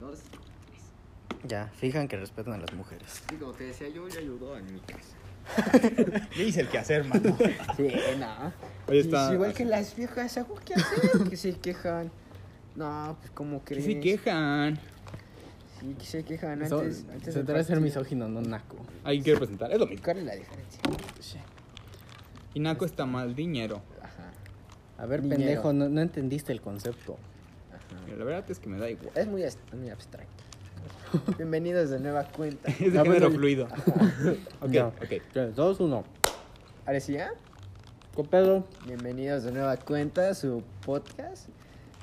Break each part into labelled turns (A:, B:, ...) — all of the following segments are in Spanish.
A: Dos, tres.
B: Ya, fijan que respetan a las mujeres.
A: Sí, como te decía, yo ya ayudo en mi casa.
C: Yo hice el quehacer, mano.
A: Sí, nada.
C: Hoy está.
A: igual que las viejas, hago qué hacer, que se quejan. No, pues como
C: Que
A: crees.
C: se quejan.
A: Sí, que se quejan
D: So-
A: antes. antes
D: se
A: del
D: trata de ser
A: partido.
D: misógino, no naco.
C: Hay que representar. Es lo mismo.
A: ¿Cuál es la diferencia?
C: Y Naco está mal dinero.
A: Ajá.
D: A ver,
A: Niñero.
D: pendejo, no, no entendiste el concepto.
C: Mira, la verdad es que me da igual.
A: Es muy, ast- muy abstracto. Bienvenidos de nueva cuenta. Ah,
C: Es de
D: A ver,
C: género
D: oye.
C: fluido. Ok,
D: No.
C: ok.
D: Tres, dos, uno.
A: Ahora sí, ¿ah?
D: ¿Qué pedo?
A: Bienvenidos de nueva cuenta, su podcast.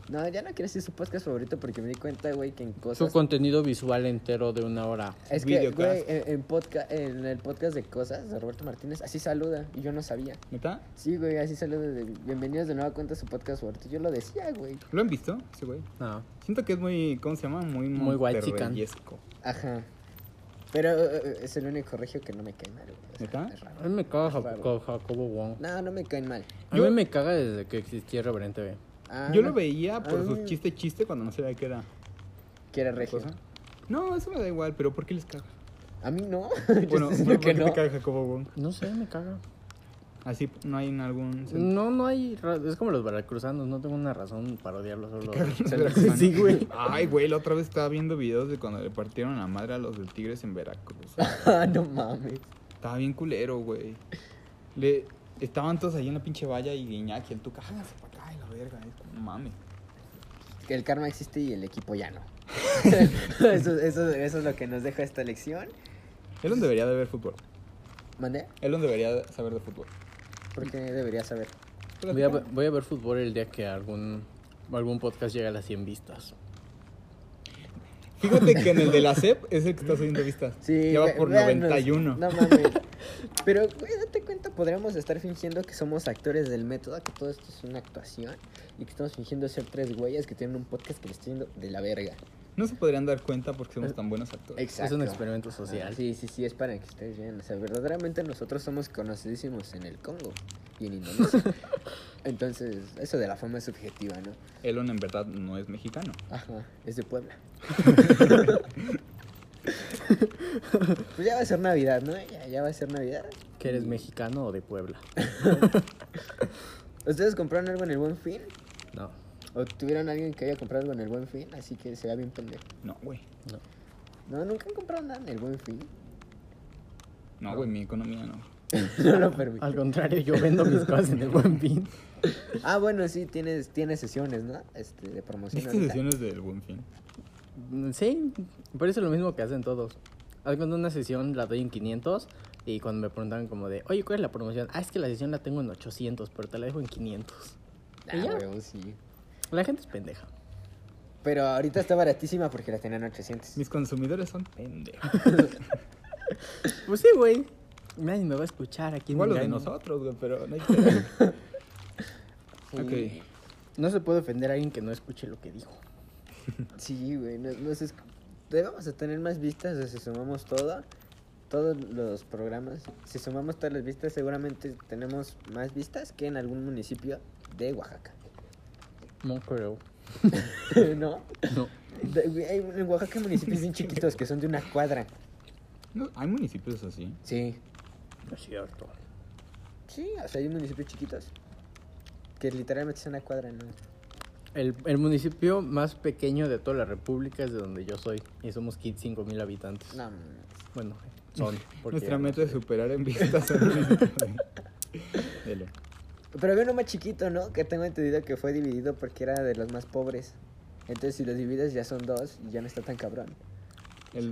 A: No, ya no quiero decir su podcast favorito porque me di cuenta, güey, que en
D: Su
A: cosas.
D: contenido visual entero de una hora.
A: Es que, güey,
C: videocast.
A: en, en podca- en el podcast de cosas de Roberto Martínez, así saluda. Y yo no sabía.
C: ¿Neta?
A: Sí, güey, así saluda. de- Bienvenidos de nueva cuenta a su podcast favorito. Yo lo decía, güey.
C: ¿Lo han visto? Sí, güey.
D: No.
C: Siento que es muy, ¿cómo se llama? Muy
D: Muy whitezican.
C: monterreyesco.
A: Ajá. Pero eh, eh, es el único regio que no me cae mal, güey. O sea,
C: ¿Neta?
A: es
D: A
A: raro.
D: mí me caga Jacobo, Jacobo Wong.
A: No, no me caen mal.
D: A
C: Yo-
D: mí me caga desde que existía Reverente B.
A: Ah,
C: Yo lo
A: no,
C: veía por
A: Ah.
C: sus chiste chiste cuando no sabía qué era.
A: Que era
C: la
A: regio.
C: cosa. No, eso me da igual, pero ¿por qué les caga?
A: A mí no. Yo estoy
C: Bueno, ¿por,
A: diciendo
C: por
A: que
C: qué
A: no.
C: te caga Jacobo Wong?
D: No sé, me caga.
C: Así no hay en algún sentido.
D: No, no hay. ra- Es como los veracruzanos, no tengo una razón para odiarlos. Solo...
C: Sí, güey. Ay, güey, la otra vez estaba viendo videos de cuando le partieron la madre a los del Tigres en Veracruz.
A: Ah, no mames.
C: Estaba bien culero, güey. Le... Estaban todos ahí en la pinche valla y Guiñac y el Tuca, háganse para acá, y la verga. Es como, no mames.
A: Que el karma existe y el equipo ya no. eso, eso, eso es lo que nos deja esta lección.
C: Él no debería de ver fútbol.
A: ¿Mandé?
C: Él no debería de saber de fútbol.
A: Porque debería saber.
D: Voy a, ver- voy a ver fútbol el día que algún, algún podcast llegue a las 100 vistas.
C: Fíjate que en el de la CEP es el que está subiendo vistas.
A: Sí,
C: Ya va
A: ve-
C: por
A: véanos.
C: 91.
A: No mames. Pero, güey, date cuenta, podríamos estar fingiendo que somos actores del método, que todo esto es una actuación y que estamos fingiendo ser tres güeyes que tienen un podcast que les estoy yendo de la verga.
C: No se podrían dar cuenta porque somos tan buenos actores.
D: Es un experimento
A: Ah,
D: social.
A: sí, sí, sí, es para que ustedes vean. O sea, verdaderamente nosotros somos conocidísimos en el Congo y en Indonesia. Entonces, eso de la fama es subjetiva, ¿no?
C: Elon en verdad no es mexicano.
A: Ajá, es de Puebla. pues ya va a ser Navidad, ¿no? Ya, ya va a ser Navidad.
D: ¿Que eres mexicano o de Puebla?
A: ¿Ustedes compraron algo en el Buen Fin?
D: No.
A: ¿O tuvieron alguien que haya comprado algo en el Buen Fin? Así que se vea bien pendejo.
C: No, güey.
A: No, nunca han comprado nada en el Buen Fin.
C: No, güey, mi economía no.
A: no lo permito.
D: Al contrario, yo vendo mis cosas en el buen fin.
A: Ah, bueno, sí, tienes, tienes sesiones, ¿no? Este, de promoción.
C: Estas
A: ahorita.
C: sesiones del buen fin.
D: Mm, Sí, pero eso es lo mismo que hacen todos. Alguna una sesión la doy en 500 y cuando me preguntaron como de, oye, ¿cuál es la promoción? Ah, es que la sesión la tengo en 800, pero te la dejo en 500.
A: Ah,
D: ¿Ya?
A: huevo, sí.
D: La gente es pendeja.
A: Pero ahorita está baratísima porque la tenían 800.
C: Mis consumidores son pendejos.
D: Pues sí, güey. Nadie me va a escuchar aquí.
C: Igual
D: me
C: los de
D: engaño.
C: nosotros, güey, pero no hay que... Ok.
D: No se puede ofender a alguien que no escuche lo que dijo.
A: Sí, güey, no- no sé, es- debemos de tener más vistas o sea, si sumamos todo, todos los programas. Si sumamos todas las vistas, seguramente tenemos más vistas que en algún municipio de Oaxaca.
D: No creo.
A: ¿No?
D: No.
A: De- güey, hay- en Oaxaca hay municipios bien chiquitos que son de una cuadra.
C: No, hay municipios así.
A: Sí.
D: No es cierto.
A: Sí, o sea, hay municipios chiquitos que literalmente son una cuadra, ¿no?
D: El, el municipio más pequeño de toda la república es de donde yo soy. Y somos 5 mil habitantes.
A: No, mm,
D: Bueno, son. porque-
C: Nuestra meta es superar en vistas. a municipios. Dele.
A: Pero había uno más chiquito, ¿no? Que tengo entendido que fue dividido porque era de los más pobres. Entonces, si los divides, ya son dos y ya no está tan cabrón.
C: El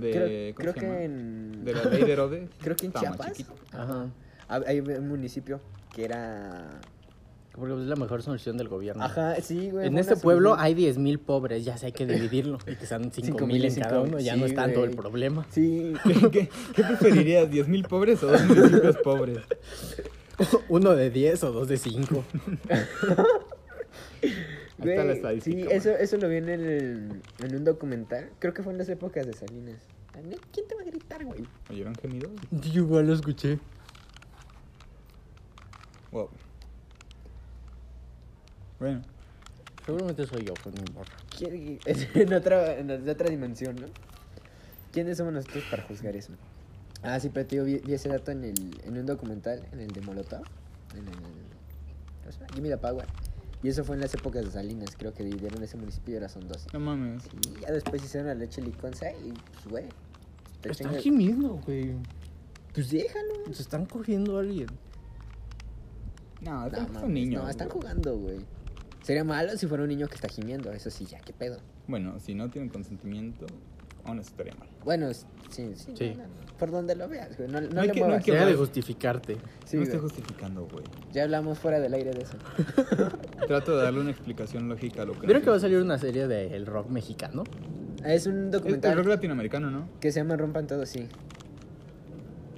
A: creo
C: de...
A: creo
C: ¿cómo se llama?
A: que en.
C: De la ley de Herodes.
A: Creo que en
C: está más
A: Chiapas.
C: chiquito.
D: Ajá.
A: hab- Hay un municipio que era.
D: Porque es la mejor solución del
C: Ah.
D: gobierno.
A: Ajá, sí, güey.
D: En
A: fue
D: este
A: una
D: pueblo
A: solución.
D: hay 10.000 pobres, ya sé, hay que dividirlo. Y que sean 5.000
A: mil
D: en
A: en
D: cada
A: cinco mil,
D: uno, ya no
A: sí,
D: es tanto
A: güey.
D: el problema.
A: Sí.
C: ¿Qué, qué, qué preferirías? ¿10 mil pobres o dos municipios pobres?
D: Uno de 10 o dos de 5.
C: Ahí está la
A: güey,
C: estadística,
A: Sí,
C: güey.
A: eso, eso lo vi en, el, en un documental. Creo que fue en las épocas de Salinas. Ay, no, ¿Quién te va a gritar, güey?
C: ¿Oyeron gemidos?
D: Yo igual lo escuché.
C: Wow. Bueno,
D: Seguramente soy yo pues, con mi morra.
A: ¿Quién- en, otra, en otra dimensión, ¿no? ¿Quiénes somos nosotros para juzgar eso? Ah, sí, pero te digo, vi, vi ese dato en, el, en un documental, en el de Molotov, en el... ¿cómo se llama? Gimme the Power. Y eso fue en las épocas de Salinas, creo que dividieron ese municipio y ahora son 12.
C: No mames.
A: Y ya después hicieron la leche liconza y, pues, güey... te
D: Está
A: chingas-
D: aquí mismo, güey.
A: Pues déjalo.
D: Se están cogiendo a alguien.
C: No,
A: No,
C: están
A: mames,
C: son niños.
A: no, están
C: güey.
A: jugando, güey. Sería malo si fuera un niño que está gimiendo, eso sí, ya, qué pedo.
C: Bueno, si no tienen consentimiento, aún estaría mal.
A: Bueno, s- sí, sí.
D: Sí.
A: no, no, por donde lo veas, güey. No, no
C: No hay
A: le
C: que- no hay
A: muevas.
C: que-
D: Deja de
C: más?
D: justificarte.
A: Sí, güey.
C: no estoy justificando, güey.
A: Ya hablamos fuera del aire de eso.
C: Trato de darle una explicación lógica a lo que.
D: ¿Vieron que va a
C: nos
D: salir
C: dicen.
D: una serie del rock mexicano?
A: Ah, Es un
C: Es el rock
A: documental
C: latinoamericano, ¿no?
A: que se llama Rompan Todo, sí.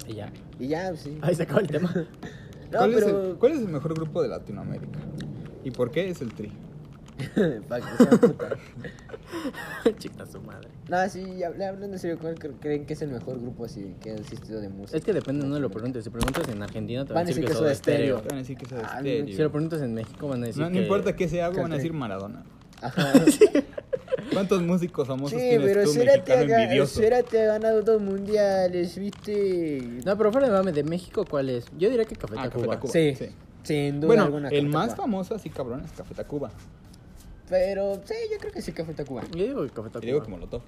D: Y ya.
A: Y ya, pues, sí.
D: Ahí se acabó el tema.
A: No,
C: ¿Cuál, es
A: pero.
C: el, ¿Cuál es el mejor grupo de Latinoamérica? ¿Y por qué es el Tri?
A: Pa' que sea puta.
D: Chica su madre.
A: No, sí, ya, ya hablando en serio, ¿cuál cre- creen que es el mejor grupo así que ha existido de música?
D: Es que depende de donde lo preguntes. Si preguntas en Argentina, te van a decir que es
A: Soda
D: Soda Stereo.
A: Stereo.
C: Van a decir que es de
A: Ah, no,
C: estéreo.
D: Si lo preguntas en México, van a decir
C: no, no
D: que...
C: importa qué sea, güey, van
A: Country.
C: a decir Maradona.
A: Ajá.
C: ¿Cuántos músicos famosos
A: Sí,
C: tienes
A: pero
C: tú,
A: Cérate ha,
C: mexicano
A: ga-
C: envidioso?
A: Cérate ha ganado dos mundiales, ¿viste?
D: No, pero fuera de mame, ¿de México cuál es? Yo diría que Café
C: Ah, Café
D: Tacuba.
C: Tacuba.
A: sí,
C: sí.
A: sin duda
C: Bueno,
A: alguna.
C: el
A: Café
C: más
A: Tacuba.
C: famoso, así cabrón, es Café Tacuba.
A: Pero sí, yo creo que sí, Café Tacuba.
D: Yo digo que Café Tacuba.
C: Y digo como Molotov.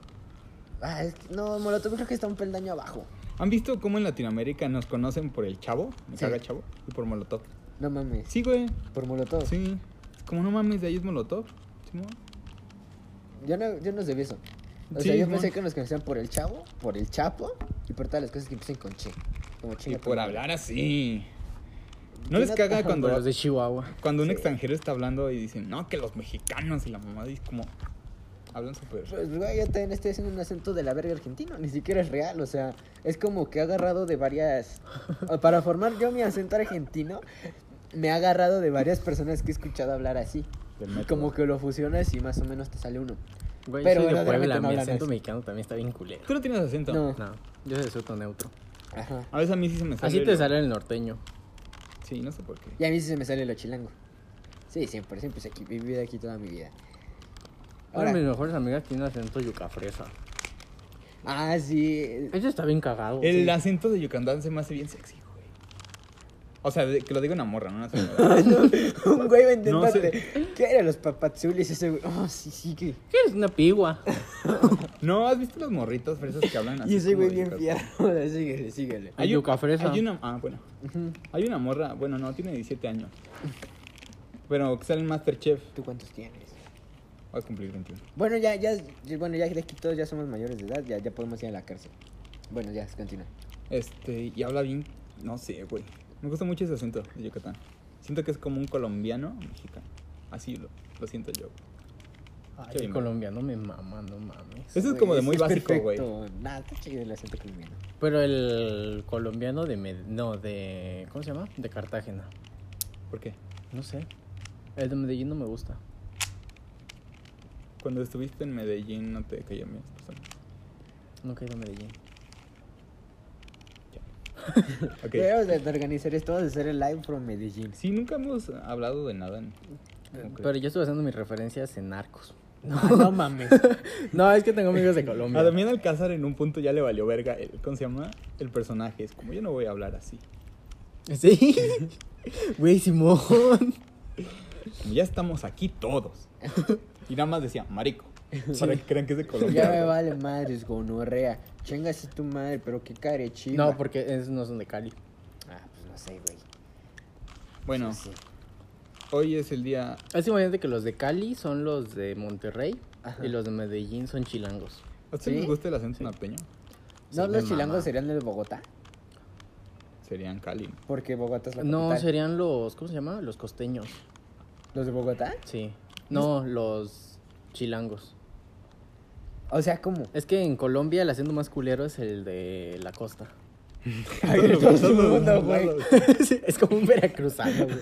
A: Ah, es que- no, Molotov creo que está un peldaño abajo.
C: ¿Han visto cómo en Latinoamérica nos conocen por el Chavo? Me
A: Sí.
C: caga el Chavo. Y por Molotov.
A: No mames.
C: Sí, güey.
A: Por Molotov.
C: Sí. Como no mames, de ahí es Molotov. Simón.
A: Yo no, yo no sé eso. O
C: Sí,
A: sea, yo
C: mon.
A: pensé que nos conocían por el chavo, por el chapo y por todas las cosas que empiezan con che. Como
C: Y
A: chinga tu
C: por
A: madre.
C: hablar así. ¿No
A: Sí,
C: les
A: no-
C: caga
A: ajá,
D: Como
C: cuando,
D: los de Chihuahua.
C: cuando un extranjero está hablando y dicen, no, que los mexicanos y la mamá dice como... Hablan súper...
A: Pues, güey, yo también estoy haciendo un acento de la verga argentino. Ni siquiera es real, o sea, es como que he agarrado de varias. o Para formar yo mi acento argentino, me he agarrado de varias personas que he escuchado hablar así.
C: del
A: Y
C: método.
A: como que lo fusionas y más o menos te sale uno.
D: Güey,
A: Pero
D: yo soy de
A: verdaderamente
D: Puebla,
A: no
D: mi
A: hablan
D: acento
A: así.
D: mexicano también está bien culero.
C: Tú no tienes acento.
A: No.
D: No, yo soy de Soto Neutro.
A: Ajá.
C: A veces a mí sí se me sale...
D: Así te
C: el-
D: sale el norteño.
C: Sí, no sé por qué.
A: Y a mí sí se me sale lo chilango. Sí, siempre, siempre. Pues aquí, he vivido aquí toda mi vida.
D: Ahora,
A: Ahora,
D: mis mejores amigas tienen acento yucafresa.
A: ah, sí.
D: Ella está bien cagado.
C: El acento de Yucatán se me hace bien sexy, güey. O sea, de- que lo diga una morra, no una señora.
A: Un güey
C: No sé.
A: vendiéndote. ¿Qué eran los papazules ese güey? Oh, sí, sí, que.
D: ¿Qué es una pigua?
C: No, ¿has visto los morritos fresas que hablan así?
A: Y ese
C: como
A: güey
C: de
A: bien
C: Yucatán?
A: fiado. Ahora, síguele, síguele.
D: Hay
C: un-
D: yuca fresa.
C: Hay una, ah, bueno.
A: Ujú.
C: Hay una morra, bueno, no, tiene 17 años. Pero que sale en Masterchef,
A: ¿Tú cuántos tienes?
C: va a cumplir 21.
A: Bueno, ya, ya, ya- bueno, ya de aquí todos ya somos mayores de edad, ya, ya podemos ir a la cárcel. Bueno, ya, continúa.
C: Este, y habla bien, no sé, güey. Me gusta mucho ese acento de Yucatán. Siento que es como un colombiano mexicano. Así lo, lo siento yo. Qué
D: Ay,
C: bien.
D: colombiano me mama, no mames.
C: Eso es como de muy básico, güey.
A: Pues, perfecto. Nada, está chido el acento colombiano.
D: Pero el colombiano de... Med- No, de... ¿Cómo se llama? De Cartagena.
C: ¿Por qué?
D: No sé. El de Medellín no me gusta.
C: Cuando estuviste en Medellín no te cayó bien esta persona.
D: Nunca he ido a Medellín.
C: Ok.
A: Debemos de, de organizar esto, vamos a hacer el live from Medellín.
C: Sí, nunca hemos hablado de nada. en- como que-
D: Pero yo estuve haciendo mis referencias en narcos. No,
A: mames.
D: no, es que tengo amigos de Colombia.
A: Ah,
C: A Damián Alcázar en un punto ya le valió verga el, ¿cómo se llama? El personaje. Es como, yo no voy a hablar así.
D: Sí. Güey, Simón.
C: Como ya estamos aquí todos. Y nada más decía, marico. Para que crean que es de Colombia.
A: Ya me vale madres, gonorrea. Chéngase tu madre, pero qué carechina.
D: No, porque esos no son de Cali.
A: Ah, pues no sé, güey.
C: Bueno,
A: Sí, sí.
C: hoy es el día...
D: Es imagínate que los de Cali son los de Monterrey
A: Ajá.
D: y los de Medellín son chilangos.
C: ¿A ustedes
A: ¿Sí?
C: les gusta el acento napeño?
A: ¿No
D: Sí, me
A: los chilangos
D: mama.
A: serían de Bogotá?
C: Serían Cali.
A: Porque Bogotá es la capital.
D: No, serían los, ¿cómo se llama? Los costeños.
A: ¿Los de Bogotá?
D: Sí. No, los chilangos.
A: O sea, ¿cómo?
D: Es que en Colombia el acento más culero es el de la costa.
C: Todos los-
A: todo el
C: todos los
A: mundo,
C: lados.
A: güey.
D: Sí, es como un veracruzano, güey.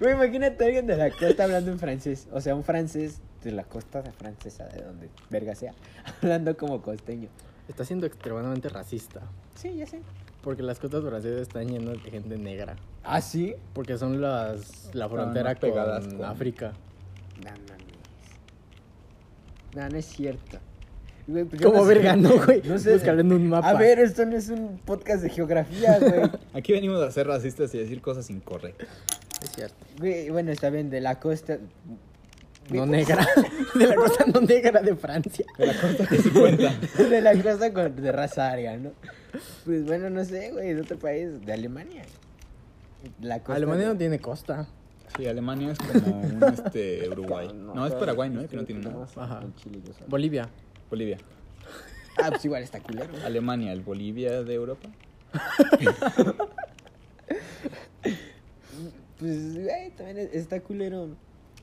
A: Güey, imagínate a alguien de la costa hablando en francés. O sea, un francés de la costa de francesa, de donde verga sea, hablando como costeño.
D: Está siendo extremadamente racista.
A: Sí, ya sé.
D: Porque las costas francesas están llenas de gente negra.
A: ¿Ah, sí?
D: Porque son las la
C: Estaban
D: frontera
C: más pegadas
D: con,
C: con-
D: África.
A: No mames. No, no es cierto. Güey, pues yo
D: Como
A: no sé-
D: verga, no, güey.
A: No sé.
D: Búscalo en un mapa.
A: A ver, esto no es un podcast de geografía, güey.
C: Aquí venimos a ser racistas y a decir cosas incorrectas.
D: Es cierto.
A: Güey, bueno, está bien, de la costa.
D: No negra. De la costa no negra de Francia.
C: De la costa que se cuenta.
A: De la costa con- de raza aria, ¿no? Pues bueno, no sé, güey, de otro país, de Alemania. La costa.
D: Alemania no tiene costa.
C: Sí, Alemania es como un este, Uruguay. No, es Paraguay, ¿no? Que no tiene nada.
D: Ajá.
A: Con Chile y eso.
D: Bolivia.
C: Bolivia.
A: Ah, pues igual está culero. güey.
C: Alemania, el Bolivia de Europa.
A: Pues, güey, también es- está culero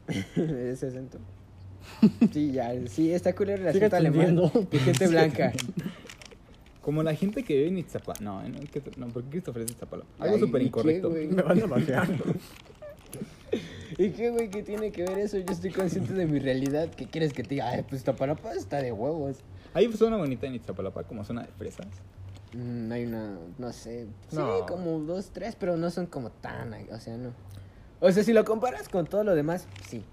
A: ese acento. Sí, ya, sí, está culero el
D: Sigue
A: acento alemán.
D: atendiendo.
A: De gente blanca.
C: Como la gente que vive en Iztapalapa. No, en- ¿qué te- no, ¿por qué Christopher es de Iztapalapa? Algo
A: Ay,
C: súper
A: ¿y qué,
C: incorrecto.
A: güey?
D: Me van a batear.
A: ¿Y qué, güey, qué tiene que ver eso? Yo estoy consciente de mi realidad. ¿Qué quieres que te diga? Ay, pues Tapalapa está de huevos.
C: Hay zona bonita en Iztapalapa, como zona de fresas.
A: Mm, hay una, no sé. Sí,
D: No.
A: como dos, tres, pero no son como tan, o sea, no. O sea, si lo comparas con todo lo demás, sí.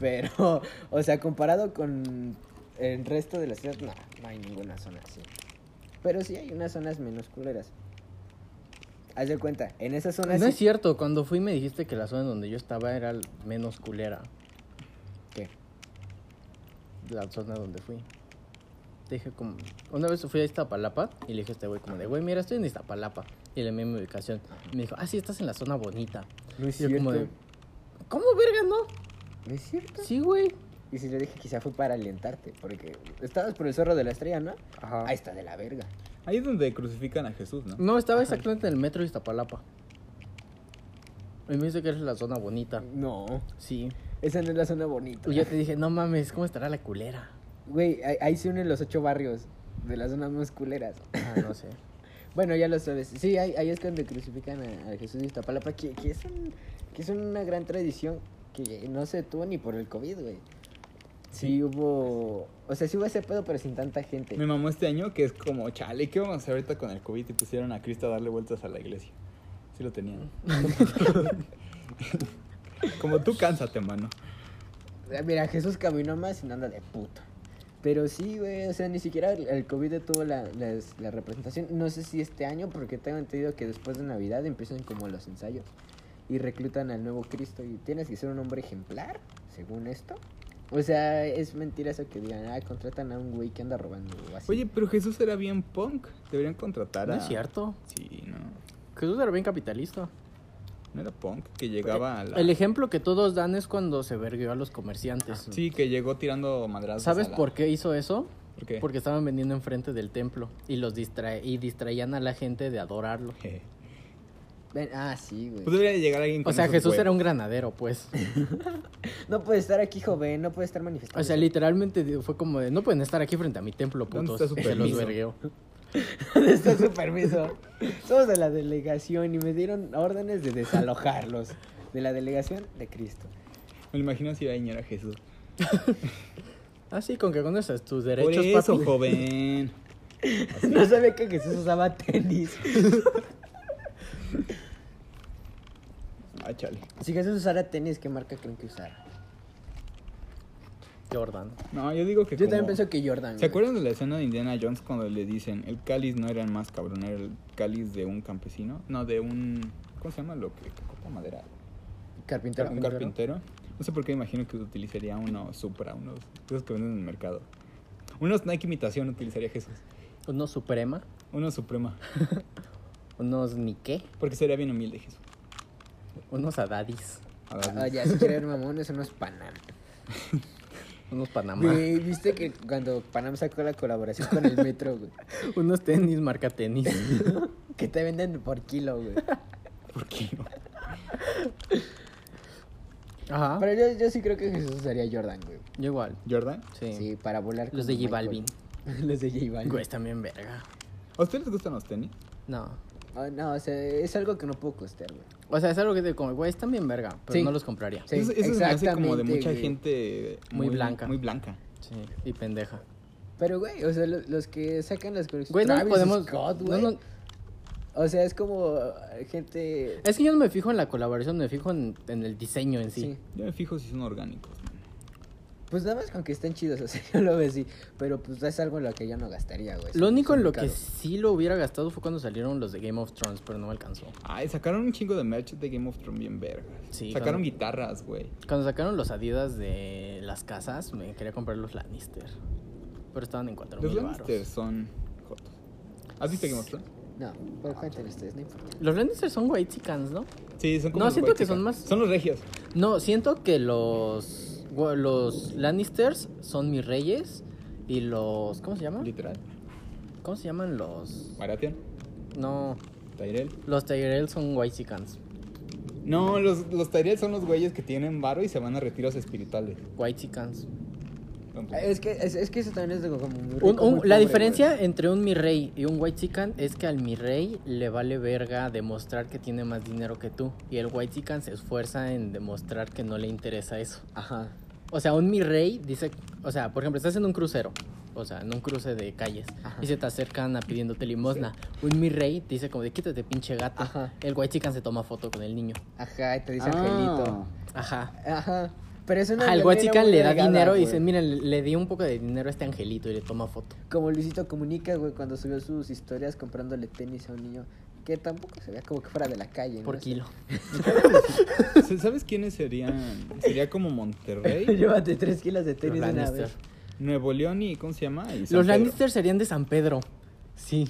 A: Pero, o sea, comparado con el resto de la ciudad, no, no hay ninguna zona así. Pero sí hay unas zonas menos culeras. Haz de cuenta, en esas zonas...
D: No es
A: sí-
D: cierto, cuando fui me dijiste que la zona donde yo estaba era l- menos culera.
A: ¿Qué?
D: La zona donde fui. Te Dije como... Una vez fui a Iztapalapa y le dije a este güey como de, güey, mira, estoy en Iztapalapa. Y le envié mi ubicación. Me dijo, ah, sí, estás en la zona bonita.
A: No es
D: Y yo
A: cierto.
D: como de, ¿cómo verga no?
A: No es cierto.
D: Sí, güey.
A: Y si le dije quizá fue para alentarte, porque estabas por el zorro de la estrella, ¿no?
D: Ajá.
A: Ahí está de la verga.
C: Ahí es donde crucifican a Jesús, ¿no?
D: No, estaba exactamente en el metro de Iztapalapa. Y me dice que eres la zona bonita.
A: No,
D: Sí.
A: esa no es la zona bonita.
D: Y yo te dije, no mames, ¿cómo estará la culera?
A: Güey, ahí, ahí se unen los ocho barrios de las zonas más culeras.
D: Ah, no sé.
A: Bueno, ya lo sabes. Sí, ahí, ahí es cuando crucifican a, a Jesús de Iztapalapa, que, que es un- que es una gran tradición que no se tuvo ni por el COVID, güey. Sí, hubo... O sea, sí hubo ese pedo, pero sin tanta gente.
C: Me mamó este año que es como, chale, ¿qué vamos a hacer ahorita con el COVID? Y pusieron a Cristo a darle vueltas a la iglesia. Sí lo tenían. como tú cánsate, mano.
A: Ah, Mira, Jesús caminó más y no anda de puto. Pero sí, güey, o sea, ni siquiera el- el COVID tuvo la, las- la representación. No sé si este año, porque tengo entendido que después de Navidad empiezan como los ensayos y reclutan al nuevo Cristo y tienes que ser un hombre ejemplar, según esto. O sea, es mentira eso que digan, ah, contratan a un güey que anda robando o así.
C: Oye, pero Jesús era bien punk. Deberían contratar a...
D: No es cierto.
C: Sí, no.
D: Jesús era bien capitalista.
C: No era punk, que llegaba a la...
D: El ejemplo que todos dan es cuando se verguió a los comerciantes.
C: Ah, Sí, que llegó tirando madrazos.
D: ¿Sabes
C: a la-
D: por qué hizo eso?
C: ¿Por qué?
D: Porque estaban vendiendo enfrente del templo y los distra- y distraían a la gente de adorarlo.
C: Jeje.
A: Ven- ah, sí, güey.
C: Pues debería de llegar alguien con
D: O sea,
C: esos
D: Jesús
C: huevos.
D: era un granadero, pues.
A: No puede estar aquí, joven, no puede estar manifestando.
D: O sea, literalmente di- fue como de, no pueden estar aquí frente a mi templo,
C: ¿Dónde
D: putos.
C: está su
D: Se los
C: permiso?
D: vergueó.
A: Está su permiso. Somos de la delegación y me dieron órdenes de desalojarlos. De la delegación de Cristo.
C: Me lo imagino si iba a ñar a Jesús.
D: Ah, sí, con que conoces tus
C: Por
D: derechos,
C: eso,
D: papi.
C: joven.
A: No sabía que Jesús usaba tenis.
C: Ah, chale.
A: Si Jesús usara tenis, ¿qué marca creen que usara?
D: Jordan.
C: No, yo digo que
A: Yo también
C: como-
A: pienso que Jordan.
C: ¿Se
A: güey.
C: acuerdan de la escena de Indiana Jones cuando le dicen el cáliz no era el más cabrón, era el cáliz de un campesino? No, de un. ¿Cómo se llama lo que, que corta madera?
A: Carpintero.
C: Un carpintero. No sé por qué imagino que utilizaría uno Supra, unos de esos que venden en el mercado. Unos Nike imitación utilizaría Jesús.
D: Uno Suprema.
C: Uno Suprema.
D: Unos Nike.
C: Porque sería bien humilde Jesús.
D: Unos Adadis.
C: A ver,
A: Ah, ya, si quieren mamón, eso no es Panam.
D: Unos Panamá.
A: Güey, viste que cuando Panam sacó la colaboración con el metro, güey.
D: Unos tenis, marca tenis.
A: Que te venden por kilo, güey.
C: ¿Por qué no?
D: Ajá.
A: Pero yo, yo sí creo que Jesús usaría Jordan, güey.
D: Yo igual.
C: ¿Jordan?
D: Sí.
A: Sí, para volar. como
D: Los de J
A: Michael.
D: Balvin.
A: Los de J Balvin.
D: Güey, también verga.
C: ¿A ustedes les gustan los tenis?
D: No.
A: Ah, no, o sea, es algo que no puedo costear, güey.
D: O sea, es algo que te como, güey, están bien verga, pero
A: Sí.
D: no los compraría.
A: Sí,
C: eso eso se me hace como de
A: exactamente,
C: mucha
A: güey.
C: gente
D: Muy blanca.
C: Muy blanca.
D: Sí. Y pendeja.
A: Pero, güey, o sea, lo- los que sacan las
D: Güey,
A: colecciones.
D: no
A: Pues Travis
D: podemos.
A: Scott,
D: no,
A: güey.
D: no-
A: O sea, es como eh, gente.
D: es que yo no me fijo en la colaboración, me fijo en, en el diseño en sí.
A: Sí.
C: Yo me fijo si son orgánicos. man.
A: Pues nada más con que estén chidos, o sea, yo lo veo así. Pero pues es algo en lo que yo no gastaría, güey.
D: Lo
A: son-
D: único en
A: son
D: lo que
A: caros.
D: sí lo hubiera gastado fue cuando salieron los de Game of Thrones, pero no me alcanzó.
C: Ay, sacaron un chingo de merch de Game of Thrones bien verga.
D: Sí,
C: sacaron
D: claro.
C: guitarras, güey.
D: Cuando sacaron los Adidas de las casas, me quería comprar los Lannister. Pero estaban en 4
C: Los
D: mil
C: Lannister
D: baros.
C: son jotos. ¿Has visto Game of Thrones?
A: No, pero cuenten ustedes, no importa.
D: Los Lannister son white chickens, ¿no?
C: Sí, son como
D: No,
C: los
D: siento que son
C: guachica-
D: más-
C: Son los regios.
D: No, siento que los gua- los Lannisters son mis reyes y los ¿cómo se llama?
C: Literal.
D: ¿Cómo se llaman los?
C: Baratheon,
D: No,
C: Tyrell.
D: los Tyrell son white chickens.
C: No, los, los Tyrell son los güeyes que tienen varo y se van a retiros espirituales.
D: White chickens.
C: Son-
D: Eh,
A: Es que, es, es que eso también es de como muy
D: Ah, Un-
A: rico,
D: un-
A: muy
D: la
A: pobre,
D: diferencia entre un mi rey y un white chicken es que al mi rey le vale verga demostrar que tiene más dinero que tú y el white chicken se esfuerza en demostrar que no le interesa eso.
A: güey. Ajá.
D: O sea, un mi rey dice, o sea, por ejemplo, estás en un crucero, o sea, en un cruce de calles
A: Ajá.
D: y se te acercan a pidiéndote limosna. Un mi rey te dice como de quítate pinche gato.
A: Ajá.
D: El white chicken se toma foto con el niño.
A: Ajá, y te dice
C: Ah.
A: Angelito.
D: Ajá.
A: Ajá. Pero es una.
D: Ajá, el
A: línea
D: white
A: muy
D: Ah. chicken le da
A: delgada,
D: dinero y
A: güey.
D: dice, miren, le di un poco de dinero a este angelito y le toma foto.
A: Como Luisito comunica, güey, cuando subió sus historias comprándole tenis a un niño. Que tampoco se veía como que fuera de la calle, ¿no?
D: Por
A: O sea,
D: kilo.
C: ¿Sabes quiénes serían? Sería como Monterrey,
A: Llévate tres kilos de tenis de
D: Los
A: una
D: Lannister.
A: vez.
C: Nuevo León y ¿cómo se llama? Y San
D: Los
C: Pedro.
D: Lannister serían de San Pedro. Sí.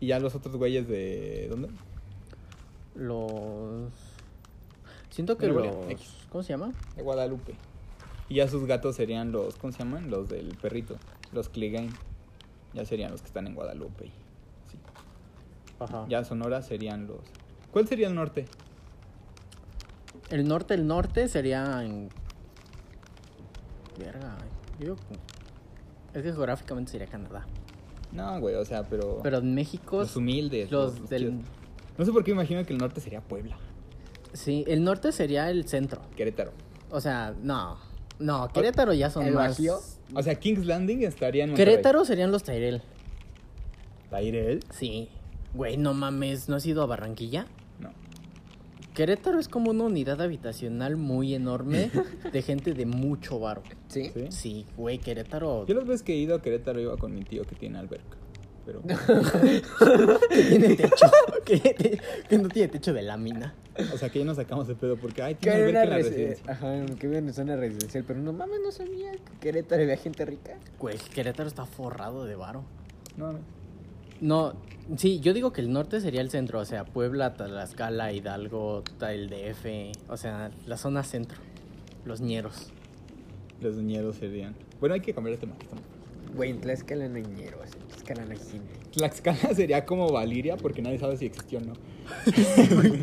C: Y ya los otros güeyes de ¿dónde?
D: Los... Siento que
C: Pero
D: los...
C: bueno, X.
D: ¿Cómo se llama?
C: De Guadalupe. Y ya sus gatos serían los ¿cómo se llaman? Los del perrito, los Clegane. Ya serían los que están en Guadalupe. Sí.
D: Ajá.
C: Ya Sonora serían los ¿Cuál sería el norte?
D: El norte, el norte sería en... Verga, yo digo que- Es que geográficamente sería Canadá.
C: No, güey, o sea, pero,
D: Pero en México...
C: los humildes,
D: los del-
C: chidos. No sé por qué me imagino que el norte sería Puebla,
D: Sí, el norte sería el centro.
C: Querétaro.
D: O sea, no. No, Querétaro ya son
A: ¿El
D: más...
A: Bajío?
C: O sea, King's Landing estaría en Monterrey.
D: Querétaro serían los Tyrell.
C: Tyrell?
D: Sí. Güey, no mames, ¿no has ido a Barranquilla?
C: No.
D: Querétaro es como una unidad habitacional muy enorme de gente de mucho varo. ¿eh?
A: ¿Sí?
C: ¿Sí?
D: Sí, güey, Querétaro
C: Yo las veces que he ido a Querétaro iba con mi tío que tiene alberca. Pero
D: tiene techo. que, que no tiene techo de lámina.
C: o sea, que ya nos sacamos de pedo porque ay,
A: Que
C: tiene
A: era una
C: alberca en la
A: resi-
C: residencia.
A: Ajá, que vive en zona residencial. Pero no mames, no sabía que Querétaro había gente rica.
D: Güey, Querétaro está forrado de varo.
C: No, no.
D: No, sí, yo digo que el norte sería el centro, o sea, Puebla, Tlaxcala, Hidalgo, ta- el DF, o sea, la zona centro, los ñeros.
C: Los ñeros serían. Bueno, hay que cambiar de tema. que estamos-
A: Güey, en Tlaxcala no hay ñeros, en Tlaxcala no hay gente.
C: Tlaxcala sería como Valiria porque nadie sabe si existió o no.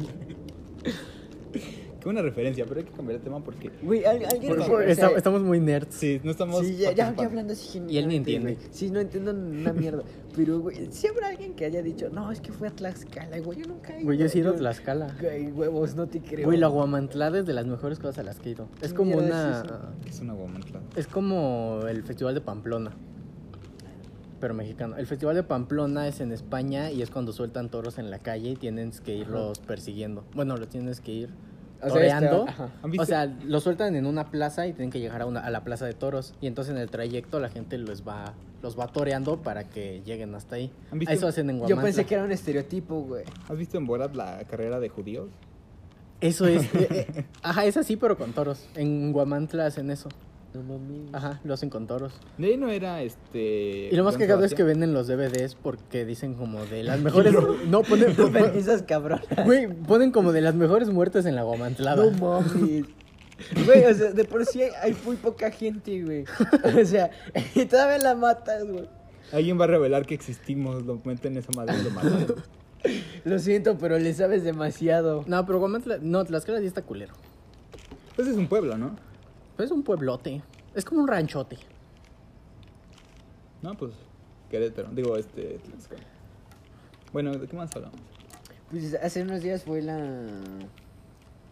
C: Qué buena referencia, pero hay que cambiar de tema porque
A: Güey, al- alguien...
C: Por
A: que-
C: favor,
A: o sea,
D: Está- estamos muy nerds.
C: sí, no estamos
A: Sí, ya, ya, ya
C: participando.
A: hablando así
D: Y él ni
A: genialmente,
D: entiende.
A: güey. Sí, no entiendo una mierda. Pero, güey, si habrá alguien que haya dicho, no, es que fue a Tlaxcala, güey, yo nunca he ido.
D: Güey, yo sí he ido a
A: Yo-
D: Tlaxcala.
A: Güey, huevos, no te creo.
D: Güey, la Guamantlada es de las mejores cosas a las que he ido. Es
A: ¿Qué
D: como
A: mierda es
D: una...
C: Es una woman, claro.
D: Es como el Festival de Pamplona, pero mexicano. El Festival de Pamplona es en España y es cuando sueltan toros en la calle y tienes que irlos persiguiendo. Bueno, los tienes que ir
A: O sea,
D: toreando.
A: este, ajá.
C: ¿Han visto?
D: o sea, los sueltan en una plaza y tienen que llegar a, una, a la plaza de toros. Y entonces en el trayecto la gente los va, los va toreando para que lleguen hasta ahí.
C: ¿Han visto?
D: Eso hacen en
A: Yo
D: Guamantla.
A: pensé que era un estereotipo, güey.
C: ¿Has visto en Borat la carrera de judíos?
D: Eso es. eh, eh, ajá, es así, pero con toros. En Guamantla hacen eso.
A: No mames.
D: Ajá, lo hacen con toros.
C: De ahí no era este.
D: Y lo más
C: Don
D: cagado es que
C: Sebastián.
D: venden los DVDs porque dicen como de las mejores. no, ponen.
A: No
D: pon-
A: vergüenzas, cabrón.
D: Güey, ponen como de las mejores muertes en la guamantlada.
A: No mames. Güey, o sea, de por sí hay, hay muy poca gente, güey. O sea, y todavía la matas, güey.
C: Alguien va a revelar que existimos, lo meten esa madre y lo matan.
A: Lo siento, pero le sabes demasiado.
D: No, pero Guamantla. No, Tlaxcala sí está culero.
C: Pues es un pueblo, ¿no?
D: Pero es un pueblote. Es como un ranchote.
C: No, pues Querétaro. Digo, este. Tlaxcala. Bueno, ¿de qué más hablamos?
A: Pues hace unos días fue la...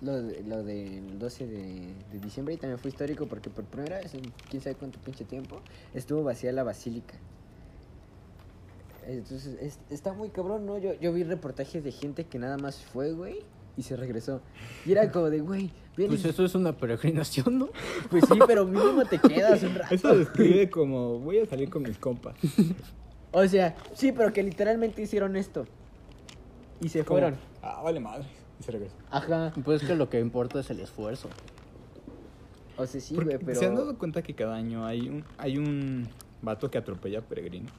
A: Lo, de- lo del 12 de, de diciembre y también fue histórico porque por primera vez en quién sabe cuánto pinche tiempo estuvo vacía la basílica. Entonces, es- está muy cabrón, ¿no? Yo, yo vi reportajes de gente que nada más fue, güey, y se regresó. Y era como de, güey, vienes.
D: Pues eso es una peregrinación, ¿no?
A: Pues sí, pero mínimo te quedas un rato.
C: Eso describe como voy a salir con mis compas.
A: O sea, sí, pero que literalmente hicieron esto. Y se fueron.
C: Ah, vale madre. Y se regresó.
A: Ajá.
D: Pues que lo que importa es el esfuerzo.
A: O sea, sí,
C: Porque
A: güey, pero.
C: ¿Se han dado cuenta que cada año hay un, hay un vato que atropella a peregrinos?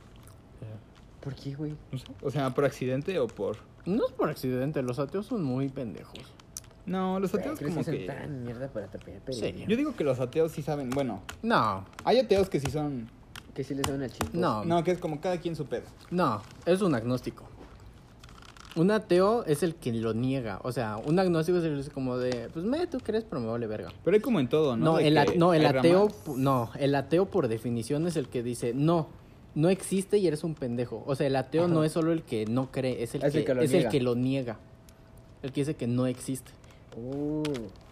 A: ¿Por qué, güey?
C: No sé. O sea, por accidente o por.
D: No es por accidente, los ateos son muy pendejos.
C: No, los ateos
A: ¿Crees
C: como
A: son
C: que.
A: tan mierda para atropellar
D: Sí.
A: peregrinos?
C: Yo digo que los ateos sí saben. Bueno,
D: No,
C: hay ateos que sí son.
A: Que sí les dan al chico.
D: no, no,
C: No, que es como cada quien su pedo.
D: es un agnóstico. Un ateo es el que lo niega. O sea, un agnóstico es el que es como de, pues me, tú crees, pero me vale verga.
C: Pero hay como en todo, ¿no?
D: No,
C: De
D: el, a-
C: que
D: no, el
C: hay
D: ateo,
C: ramas.
D: pu- no, el ateo por definición es el que dice, no, no existe y eres un pendejo. O sea, el ateo no es solo el que no cree, es el, que, lo es el
A: niega.
D: que lo niega. El que dice que no existe.
A: Uh,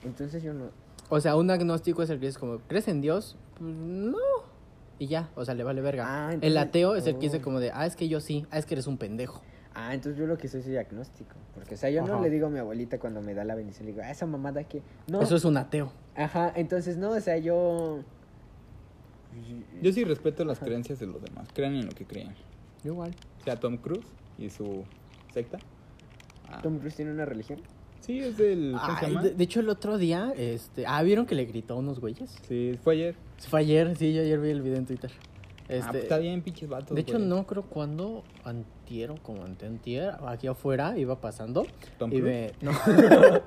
A: entonces yo no.
D: O sea, un agnóstico es el que es como, ¿crees en Dios? Pues, no. Y ya, o sea, le vale verga.
A: Ah, entonces-
D: el ateo es el que dice
A: oh.
D: como de, ah, es que yo sí, ah, es que eres un pendejo.
A: Ah, entonces yo lo que soy soy agnóstico. Porque, o sea, yo no
D: Ajá.
A: le digo a mi abuelita cuando me da la bendición, le digo, ah, esa mamada que. No.
D: Eso es un ateo.
A: Ajá, entonces no, o sea, yo.
C: Yo sí respeto las creencias de los demás. Crean en lo que crean.
D: Igual.
C: O sea, Tom Cruise y su secta. Ah,
A: Tom Cruise tiene una religión.
C: Sí, es del. ¿Cómo se llama?
D: de, de hecho, el otro día, este, ah, ¿vieron que le gritó a unos güeyes?
C: Sí, fue ayer.
D: Fue ayer, sí, yo ayer vi el video en Twitter. Este,
C: Ah, pues está bien, pinches vatos.
D: De hecho,
C: güey.
D: no creo cuando antier o como anteantier, aquí afuera iba pasando
C: Tom
D: y
C: Cruise.
D: ve... No,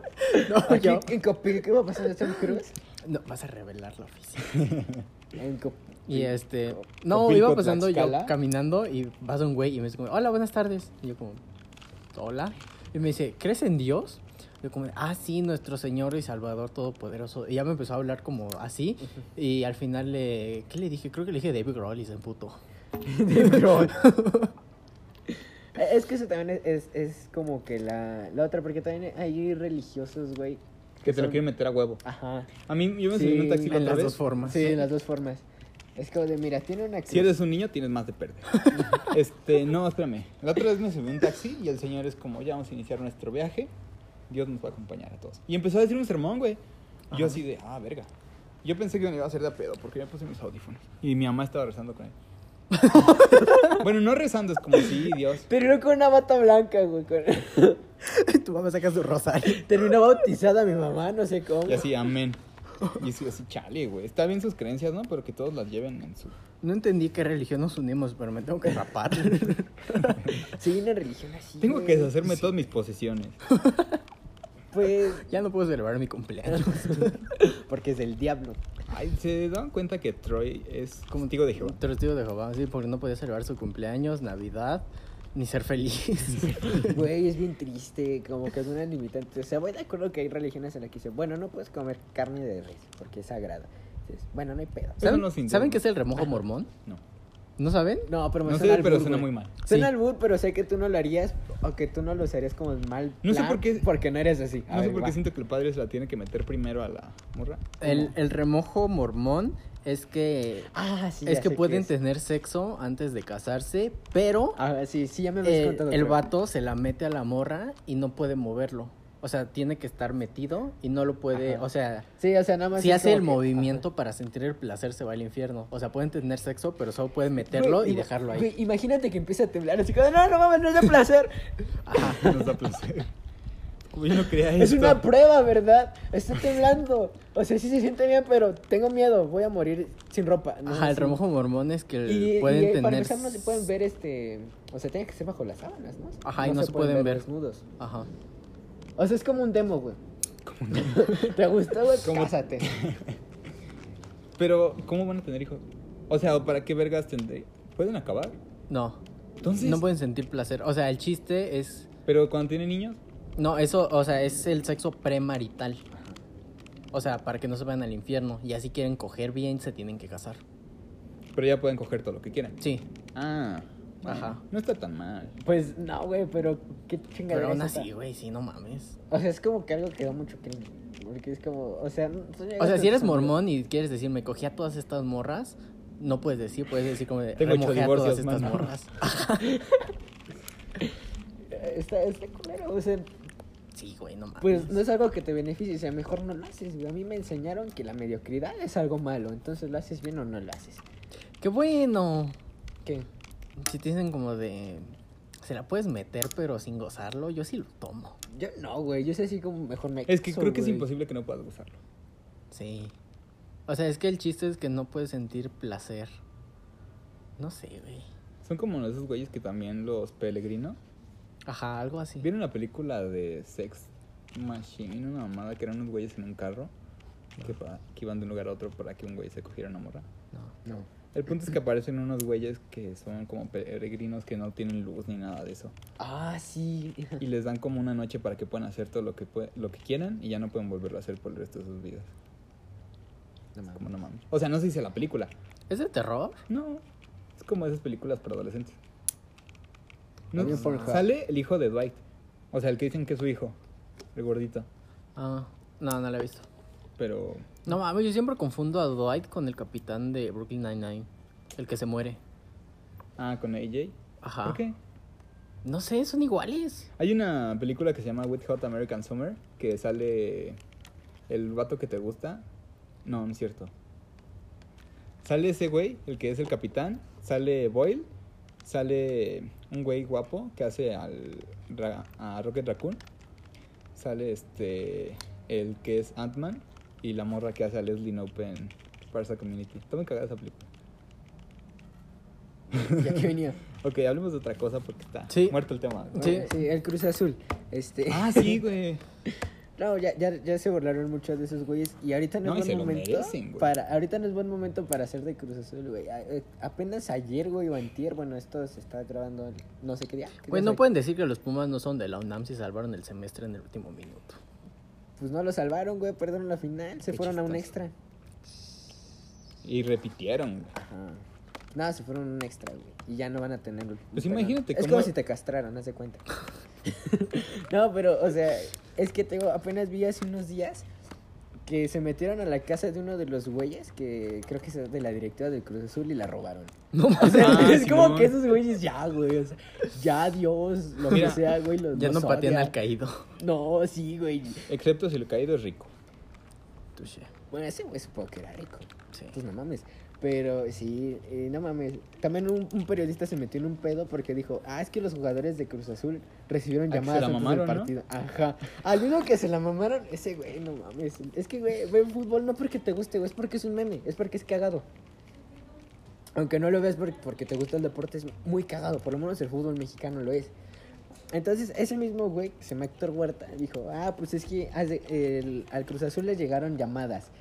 D: no,
A: Aquí
D: yo-
A: en Copic- ¿Qué va a pasar en Tom Cruise?
D: no, vas a revelar la oficina.
A: En Cop-
D: Y este, no,
C: Copilco,
D: iba pasando yo
C: Tlaxcala.
D: caminando y pasa un güey y me dice como, hola, buenas tardes. Y yo como, hola. Y me dice, ¿crees en Dios? Yo como, ah, sí, nuestro Señor y Salvador Todopoderoso. Y ya me empezó a hablar como así. Y al final le, ¿qué le dije? Creo que le dije David Grohl y se puto.
A: Eh, Es que eso también es, es, es como que la, la otra, porque también hay religiosos, güey.
C: Que te lo
A: son-
C: quieren meter a huevo.
A: Ajá.
C: A mí, yo me
A: Sí,
C: subí en un taxi
A: en
C: la
D: en
C: otra
D: las
C: vez.
D: dos formas.
A: Sí, en las dos formas. Es como de, mira, tiene una...
C: Si eres un niño, tienes más de perder. este, no, espérame. La otra vez me subí a un taxi y el señor es como, ya vamos a iniciar nuestro viaje. Dios nos va a acompañar a todos. Y empezó a decir un sermón, güey. Yo así de, ah, verga. Yo pensé que me iba a hacer de a pedo porque me puse mis audífonos. Y mi mamá estaba rezando con él. bueno, no rezando, es como, sí, Dios.
A: Pero no con una bata blanca, güey. con-
D: tu mamá saca su rosario.
A: Terminó bautizada mi mamá, no sé cómo.
C: Y así, amén. Y yo así, chale, güey. Está bien sus creencias, ¿no? Pero que todos las lleven en su...
D: No entendí qué religión nos unimos, pero me tengo que rapar.
A: Sí, una religión así,
C: Tengo
A: güey.
C: que deshacerme todas mis posesiones.
A: Pues,
D: ya no puedo celebrar mi cumpleaños.
A: porque es del diablo.
C: Ay, ¿se dan cuenta que Troy es como testigo de Jehová?
D: Testigo de Jehová, sí, porque no podía celebrar su cumpleaños, Navidad, ni ser feliz.
A: Güey, es bien triste, como que es una limitante. O sea, voy de acuerdo que hay religiones en las que dicen, bueno, no puedes comer carne de res, porque es sagrada. Entonces, bueno, no hay pedo.
C: Eso
D: ¿Saben,
C: no se
D: ¿saben
C: entiende.
D: qué es el remojo mormón?
C: No.
D: ¿No saben?
A: No, pero me
C: No
A: suena
C: sé,
A: albur,
C: pero suena
A: güey.
C: muy mal.
A: Suena
D: Sí.
A: albur, pero sé que tú no lo harías o que tú no lo harías como en mal
C: No sé
A: plan,
C: por qué-
A: Porque no eres así. A
C: No sé
A: ver,
C: por qué
A: va.
C: siento que el padre se la tiene que meter primero a la morra.
D: El, el remojo mormón es que
A: Ah, sí,
D: es
A: ya
D: que
A: sé
D: pueden
A: qué es.
D: tener sexo antes de casarse, pero
A: Ah, sí, sí, ya me habías
D: eh,
A: contado.
D: el
A: creo.
D: vato se la mete a la morra y no puede moverlo. O sea, tiene que estar metido y no lo puede,
A: Ajá.
D: o sea,
A: Sí, o sea, nada más.
D: Si
A: es
D: hace
A: como
D: el
A: que-
D: movimiento para sentir el placer, se va al infierno. O sea, pueden tener sexo, pero solo pueden
A: Güey,
D: meterlo y
A: ima-
D: dejarlo ahí.
A: güey, imagínate que empieza a temblar así como, no, no mames, no es de placer.
C: Nos da placer. Como yo no creía
A: es
C: esto.
A: una prueba, ¿verdad? Está temblando. O sea, sí se siente bien, pero tengo miedo. Voy a morir sin ropa. No,
D: Ajá, el
A: sí.
D: remojo mormón es que
A: Y,
D: pueden
A: y, eh, para
D: tener.
A: empezar no se pueden ver este... O sea, tiene que ser bajo las sábanas, ¿no?
D: Ajá, y no se pueden ver.
A: desnudos.
D: Ajá.
A: O sea, es como un demo, güey. ¿Te gustó, güey?
C: Como-
A: Cásate.
C: Pero, ¿cómo van a tener hijos? O sea, ¿o ¿para qué vergas tendré? ¿Pueden acabar?
D: No.
C: Entonces-
D: No pueden sentir placer. O sea, el chiste es.
C: Pero cuando tienen niños,
D: No, eso, o sea, es el sexo premarital. O sea, para que no se vayan al infierno. Y así quieren coger bien, se tienen que casar.
C: pero ya pueden coger todo lo que quieran.
D: Sí,
C: Ah,
D: Ajá.
C: ajá. No está tan mal.
A: Pues no, güey, pero qué chingada.
D: pero aún así, güey, sí, no mames.
A: O sea, es como que algo que da mucho cringe. Porque es como, o sea... no-
D: O sea, si eres mormón y quieres decir, me cogí a todas estas morras, no puedes decir, puedes decir como de,
C: Tengo ocho
D: remojé a todas
C: divorcios,
D: estas
C: mano.
D: morras.
A: Está, está Eh, culero, o sea...
D: Sí, güey, no mames.
A: Pues no es algo que te beneficie, o sea, mejor no lo haces, güey. A mí me enseñaron que la mediocridad es algo malo, entonces lo haces bien o no lo haces.
D: Qué bueno.
A: ¿Qué?
D: Si te dicen como de. Se la puedes meter, pero sin gozarlo, yo sí lo tomo.
A: Yo no, güey, yo sé así como mejor me
C: Es que
A: caso,
C: creo que es
A: güey.
C: imposible que no puedas gozarlo.
D: Sí. O sea, es que el chiste es que no puedes sentir placer. No sé, güey.
C: Son como esos güeyes que también los peregrinos.
D: Ajá, algo así.
C: ¿Vieron la película de Sex Machine? Una mamada que eran unos güeyes en un carro que, pa- que iban de un lugar a otro para que un güey se cogiera una morra.
D: No.
A: No.
C: El punto es que aparecen unos güeyes que son como peregrinos que no tienen luz ni nada de eso.
A: Ah, sí.
C: Y les dan como una noche para que puedan hacer todo lo que, pue- lo que quieran y ya no pueden volverlo a hacer por el resto de sus vidas.
A: No mames.
C: Como no mames. O sea, no se dice la película.
D: ¿Es de terror?
C: No. Es como esas películas para adolescentes. No,
A: También Pornhub.
C: sale el hijo de Dwight. O sea, el que dicen que es su hijo. El gordito.
D: Ah, no, no la he visto.
C: Pero
D: No mames, yo siempre confundo a Dwight con el capitán de Brooklyn Nine-Nine. El que se muere.
C: Ah, con AJ.
D: Ajá.
C: ¿Por qué?
D: No sé, son iguales.
C: Hay una película que se llama With Hot American Summer que sale el vato que te gusta. No, no es cierto. Sale ese güey, el que es el capitán. Sale Boyle. Sale un güey guapo que hace al Ra- a Rocket Raccoon. Sale este el que es Ant-Man y la morra que hace a Leslie Nope en Parsa Community. Está muy cagada esa película.
A: Ya que venía.
C: Ok, hablemos de otra cosa porque está
D: Sí.
C: muerto el tema.
A: Bueno,
D: Sí.
A: Sí. el Cruz Azul. Este.
C: Ah, sí, güey.
A: No, ya, ya, ya se burlaron muchos de esos güeyes. Y ahorita no,
C: No, y
A: es
C: se
A: buen
C: lo
A: momento.
C: merecen, güey.
A: para, ahorita no es buen momento para hacer de Cruz Azul, güey. A- eh, Apenas ayer, güey, o antier, bueno, esto se está grabando el- no sé qué día. ¿Qué
D: Pues
A: día
D: no
A: es hoy?
D: pueden decir que los Pumas no son de la UNAM si salvaron el semestre en el último minuto.
A: Pues no lo salvaron, güey, perdieron la final, se
C: Qué
A: fueron a un
C: chistoso.
A: extra.
C: Y repitieron, güey.
A: Ajá. No, se fueron a un extra, güey. Y ya no van a tenerlo.
C: Pues
A: Perdón.
C: imagínate
A: Es como
C: cómo-
A: si te castraran, haz de cuenta. no, pero, o sea, es que tengo, apenas vi hace unos días que se metieron a la casa de uno de los güeyes que creo que es de la directiva del Cruz Azul y la robaron.
D: No
A: O
D: mames.
A: sea,
C: Ah,
A: es como
C: Simón.
A: que esos güeyes ya, güey. o sea, ya, Dios, lo
C: Mira,
A: que sea, güey. Los,
D: Ya no
A: los
D: patean
A: odia.
D: al caído.
A: No, sí, güey.
C: Excepto si lo caído es rico.
D: Touché.
A: Bueno, ese güey supongo que era rico.
D: Sí.
A: Pues no mames. Pero sí, eh, no mames. También un, un periodista se metió en un pedo porque dijo, ah, es que los jugadores de Cruz Azul recibieron
C: Ah, que se
A: llamadas
C: la
A: antes
C: mamaron,
A: del
C: ¿no?
A: partido. Ajá. Al mismo que se la mamaron, ese güey, no mames. Es que, güey, ve fútbol no porque te guste, güey, es porque es un meme, es porque es cagado. Aunque no lo veas por- porque te gusta el deporte, es muy cagado. Por lo menos el fútbol mexicano lo es. Entonces, ese mismo güey, que se llama Héctor Huerta, dijo, ah, pues es que haz de- el- al Cruz Azul le llegaron llamadas.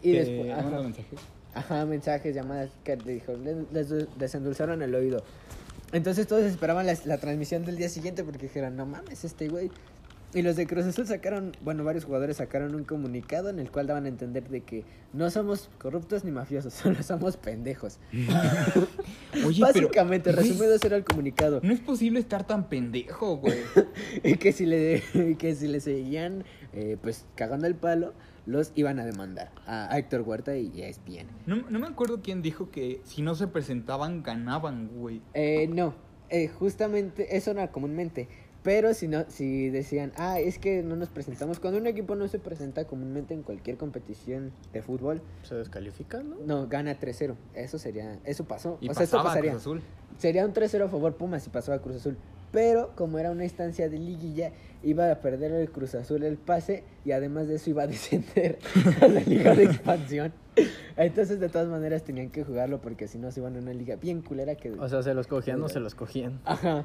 A: Y
C: Te
A: después...
C: mando
A: ajá.
C: Eh, mensaje.
A: Ajá, mensajes, llamadas, que le dijo, le- les, les endulzaron el oído. Entonces todos esperaban la, la transmisión del día siguiente porque dijeron, no mames, este güey. Y los de Cruz Azul sacaron, bueno, varios jugadores sacaron un comunicado en el cual daban a entender de que no somos corruptos ni mafiosos, solo somos pendejos.
C: Oye, pero
A: Básicamente,
C: güey,
A: resumido, eso era el comunicado.
C: no es posible estar tan pendejo, güey.
A: Y que si le, y que si le seguían, eh, pues, cagando el palo, los iban a demandar a, a Héctor Huerta y E a ESPN.
C: No, no me acuerdo quién dijo que si no se presentaban, ganaban, güey.
A: Eh, no, eh, justamente eso no era comúnmente. Pero si no, si decían, ah, es que no nos presentamos. Cuando un equipo no se presenta comúnmente en cualquier competición de fútbol,
D: ¿Se descalifican, no?
A: no gana 3-0. Eso sería, eso pasó.
C: Y
A: o sea, eso
C: pasaba
A: pasaría.
C: Cruz Azul.
A: Sería un 3-0 a favor Pumas si pasaba Cruz Azul. Pero como era una instancia de liguilla, iba a perder el Cruz Azul el pase y además de eso iba a descender a la liga de expansión. Entonces de todas maneras tenían que jugarlo porque si no se iban a una liga bien culera que...
D: O sea, se los cogían o se los cogían.
A: Ajá.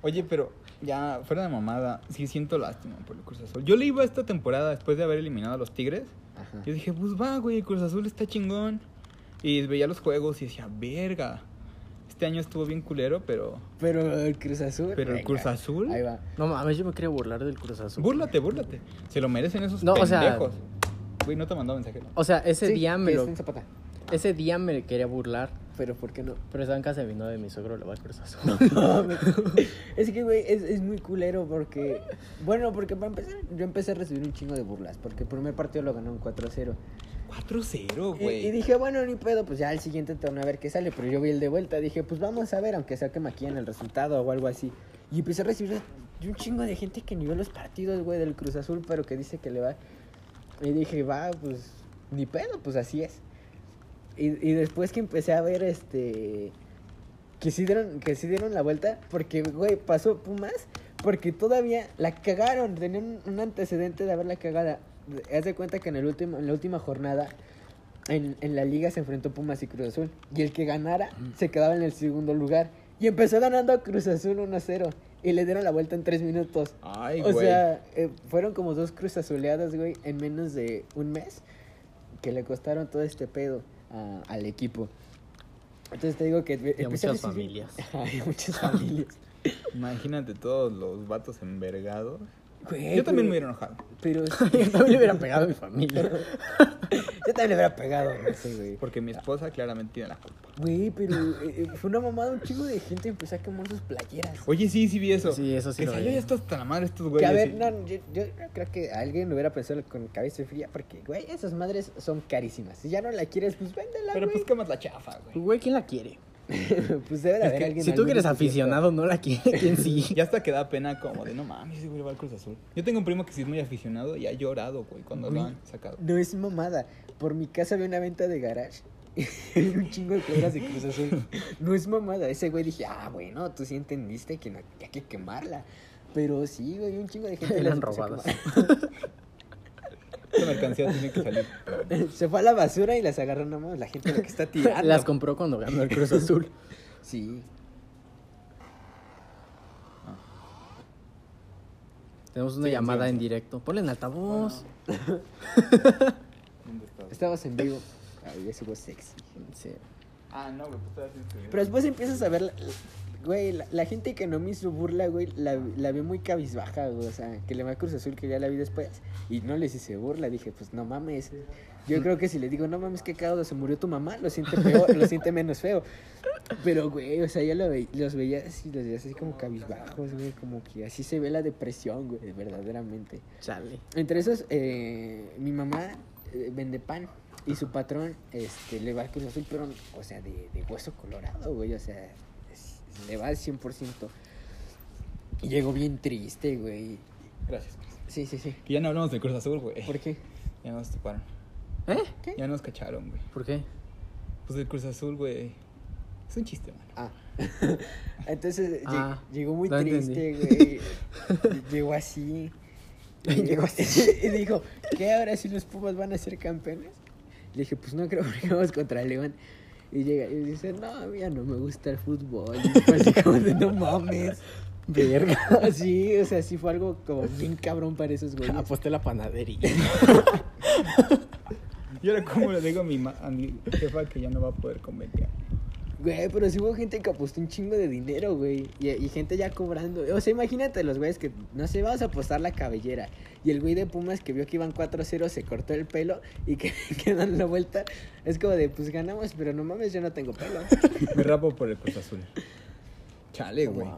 C: Oye, pero ya fuera de mamada, sí siento lástima por el Cruz Azul. Yo le iba esta temporada después de haber eliminado a los Tigres.
A: Ajá.
C: Yo dije, pues va, güey, el Cruz Azul está chingón. Y veía los juegos y decía, verga. Este año estuvo bien culero, pero.
A: Pero el Cruz Azul.
C: Pero el
A: venga,
C: Cruz Azul.
A: Ahí va.
D: No mames, yo me quería burlar del Cruz Azul.
C: Búrlate, búrlate. Se lo merecen esos
D: No, o sea-
C: pendejos. Güey, no te mandó mensaje, ¿no?
D: O sea, ese
A: Sí,
D: día me
A: que
D: lo-
A: está en Zapata.
D: ese día me quería burlar,
A: Pero ¿por qué no?
D: pero estaba en casa de mi novia y mi suegro le va al Cruz Azul.
A: es que, güey, es, es muy culero porque. Bueno, porque para empezar, yo empecé a recibir un chingo de burlas. Porque el primer partido lo ganó un 4-0.
C: 4-0,
A: Y, y dije, bueno, ni pedo, pues ya el siguiente torneo a ver qué sale. Pero yo vi el de vuelta. Dije, pues vamos a ver, aunque sea que maquillen el resultado o algo así. Y empecé a recibir Y un chingo de gente que ni ve los partidos, güey, del Cruz Azul, pero que dice que le va. Y dije, va, pues, ni pedo, pues así es. Y, y después que empecé a ver, este... Que sí dieron, que sí dieron la vuelta, porque, güey, pasó Pumas, porque todavía la cagaron, tenían un, un antecedente de haberla cagada. Haz de cuenta que en, el último, en la última jornada, en, en la liga se enfrentó Pumas y Cruz Azul, y el que ganara se quedaba en el segundo lugar. Y empezó ganando Cruz Azul 1-0, y le dieron la vuelta en tres minutos.
C: Ay,
A: O
C: güey.
A: sea, eh, fueron como dos cruzazuleadas, güey, en menos de un mes que le costaron todo este pedo a- al equipo. Entonces te digo que...
D: Y a muchas
A: especialmente-
D: familias.
A: Ajá, y a muchas familias.
C: Imagínate todos los vatos envergados.
A: Eh, Güey,
C: Yo también me
A: pero-
C: hubiera enojado.
A: Pero
D: Yo también le hubiera pegado a mi familia.
A: yo también le hubiera pegado, no sé, güey.
C: Porque mi esposa claramente tiene la culpa.
A: Güey, pero eh, eh, fue una mamada, un chico de gente empezó a quemar sus playeras.
C: Oye, sí, sí vi eso.
D: Sí, eso sí
C: Que
D: lo
C: salió
D: vi.
C: ya hasta- hasta la madre estos
A: Que
C: güeyes.
A: a ver,
C: y-
A: no, yo, yo creo que alguien lo hubiera pensado con cabeza fría, porque, güey, esas madres son carísimas. Si ya no la quieres, pues véndela,
C: Pero
A: güey.
C: pues qué más la chafa, güey.
D: Güey, ¿quién la quiere?
A: pues debe de haber alguien.
D: Si tú
A: algún
D: que eres
A: entusiasta.
D: aficionado, no la quiere. ¿Quién sí?
C: Ya hasta que da pena como de, no mames, ese güey va al Cruz Azul. Yo tengo un primo que sí es muy aficionado y ha llorado, güey, cuando lo
A: Güey.
C: han sacado.
A: No es mamada. Por mi casa había una venta de garage. y un chingo de playeras de Cruz Azul. No es mamada. Ese güey dije, ah, bueno, tú sí entendiste que no había que quemarla. Pero sí, güey, un chingo de gente. las
D: Eran
A: empezó a
D: robadas.
C: Esta mercancía tiene que salir.
A: quemar. Se fue a la basura y las agarró nomás la gente la que está tirando.
D: Las compró cuando ganó el Cruz Azul.
A: Sí.
D: Tenemos una llamada en directo. Ponle en altavoz.
C: ¿Dónde está?
A: Estabas en vivo. Ay, eso fue sexy.
D: Sí.
C: Ah, no, güey, tú
A: Pero después empiezas a ver, la- güey, la, la gente que no me hizo burla, güey, la, la vi muy cabizbaja, güey, o sea, que le va a Cruz Azul, que ya la vi después, y no les hice burla, dije, pues no mames, yo creo que si les digo, no mames, qué cagado, se murió tu mamá, lo siente peor, lo siente menos feo, pero, güey, o sea, ya lo ve- los veía así, los veías así como cabizbajos, güey, como que así se ve la depresión, güey, verdaderamente.
D: Chale.
A: Entre esos, eh, mi mamá eh, vende pan y su patrón este, le va al Cruz Azul, pero, o sea, de, de hueso colorado, güey, o sea, es- le va al 100%. Y llegó bien triste, güey.
C: Gracias, Cruz.
A: Sí, sí, sí.
C: Que ya no hablamos de Cruz Azul, güey.
A: ¿Por qué?
C: Ya nos toparon.
D: ¿Eh?
C: Ya nos cacharon, güey.
D: ¿Por qué?
C: Pues el Cruz Azul, güey. Es un chiste, mano.
A: Ah. Entonces, lleg-
D: Ah,
A: llegó muy
D: no
A: triste,
D: entendí.
A: güey. Llegó así. Llegó así. Y dijo, ¿qué ahora si los Pumas van a ser campeones? Le dije, pues no creo porque vamos contra León. Y llega y dice, no, a mí ya no me gusta el fútbol. Y fue así como de, no mames.
D: Verga.
A: Sí, o sea, sí fue algo como bien cabrón para esos güeyes.
D: Aposté la panadería.
C: Y ahora, ¿cómo le digo a mi, ma- a mi jefa que ya no va a poder comer carne?
A: Güey, pero sí hubo gente que apostó un chingo de dinero, güey. Y, y gente ya cobrando. O sea, imagínate los güeyes que, no sé, vamos a apostar la cabellera. Y el güey de Pumas que vio que iban 4-0 se cortó el pelo y que, que dan la vuelta. Es como de, pues ganamos, pero no mames, yo no tengo pelo.
C: Me rapo por el Cruz Azul. Chale, güey.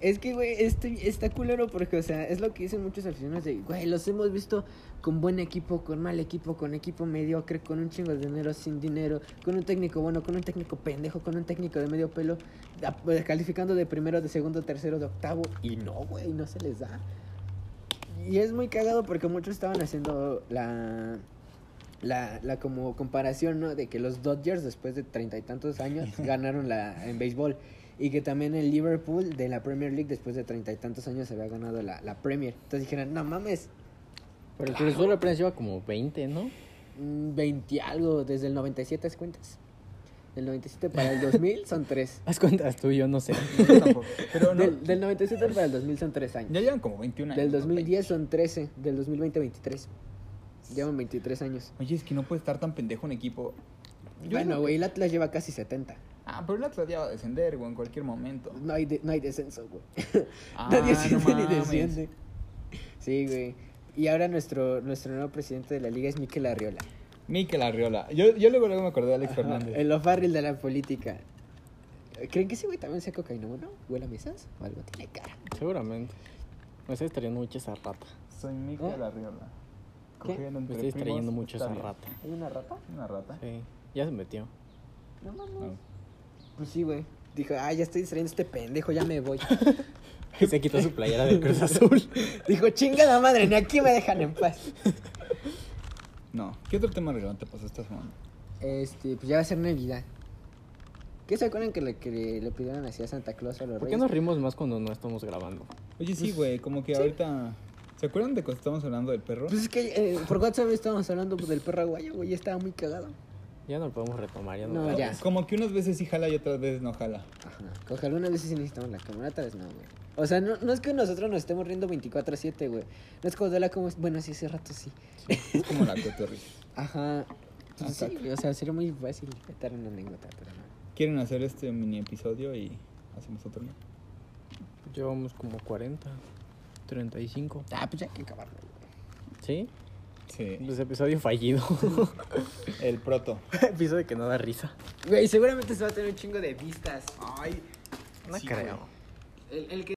A: Es que, güey, estoy, está culero porque, o sea, es lo que dicen muchos aficionados de, güey, los hemos visto con buen equipo, con mal equipo, con equipo mediocre, con un chingo de dinero, sin dinero, con un técnico bueno, con un técnico pendejo, con un técnico de medio pelo, da- pues, calificando de primero, de segundo, tercero, de octavo, y no, güey, no se les da. Y es muy cagado porque muchos estaban haciendo la... La, la como comparación, ¿no? De que los Dodgers después de treinta y tantos años ganaron la en béisbol. Y que también el Liverpool de la Premier League después de treinta y tantos años había ganado la, la Premier. Entonces dijeron, no mames,
D: Pero el Cruz Azul apenas lleva como 20, ¿no?
A: mm, 20 algo, desde el 97 es cuentas. Del 97 para el 2000 son 3.
D: Haz cuentas tú, yo no sé.
C: Yo tampoco. Pero no.
A: Del, del 97 para el 2000 son 3 años.
C: Ya llevan como 21 años.
A: Del
C: ¿no?
A: 2010 son 13, del 2020 23. Llevan 23 años.
C: Oye, es que no puede estar tan pendejo un equipo. Yo
A: Bueno,
C: no-
A: güey, el Atlas lleva casi 70.
C: Ah, pero el Atlas ya va a descender, güey, en cualquier momento.
A: No hay, de- no hay descenso, güey.
C: Ah,
A: Nadie
C: no
A: asciende ni
C: mames.
A: desciende. Sí, güey. Y ahora nuestro, nuestro nuevo presidente de la liga es Miquel Arriola.
C: Mikel Arriola. Yo, yo luego, luego me acordé de Alex Fernández.
A: El ofarril de la política. ¿Creen que ese güey también sea cocainómano? ¿Huele a mesas? ¿O algo? Tiene cara.
D: Seguramente. Me estás trayendo mucho esa rata.
C: Soy Mikel Arriola.
D: Me
C: Cogiendo entre
D: estás trayendo
C: primos,
D: mucho
C: está
D: esa
C: bien.
D: rata.
A: ¿Hay una rata?
C: Una rata.
D: Sí. Ya se metió.
A: No mames.
C: No.
A: Pues sí, güey. Dijo, ah, ya estoy distrayendo a este pendejo, ya me voy.
D: Y se quitó su playera de Cruz Azul.
A: Dijo, chinga la madre, ni aquí me dejan en paz.
C: No. ¿Qué otro tema relevante pasó esta semana?
A: Este, pues ya va a ser Navidad. ¿Qué se acuerdan que le, que le- le pidieron así a Santa Claus a los
D: ¿Por qué
A: reyes?
D: nos rimos más cuando no estamos grabando?
C: Oye, sí, güey, como que ahorita. ¿Se acuerdan de cuando estábamos hablando del perro?
A: Pues es que eh, por WhatsApp estábamos hablando pues, del perro aguayo, güey, estaba muy cagado.
D: Ya no podemos retomar, ya no.
A: No,
D: podemos.
A: ya.
C: Como que unas veces sí jala y otras veces no jala.
A: Ajá. Ojalá una vez sí necesitamos la cámara, otra vez no, güey. O sea, no, no es que nosotros nos estemos riendo 24-7, güey. No es como de la como... Bueno, sí, ese rato sí.
C: Es como la cotorrisa.
A: Ajá. Pues
C: Ajá.
A: sí, güey, o sea, sería muy fácil inventar una anécdota, pero no.
C: ¿Quieren hacer este mini episodio y hacemos otro? no?
D: Llevamos como 40, 35.
A: Ah, pues ya hay que acabarlo, güey.
D: ¿Sí?
C: Sí.
D: Pues episodio fallido.
C: El proto.
D: episodio que no da risa.
A: Güey, seguramente se va a tener un chingo de vistas.
C: Ay.
D: No
C: Sí,
D: creo.
C: güey.
A: El, el que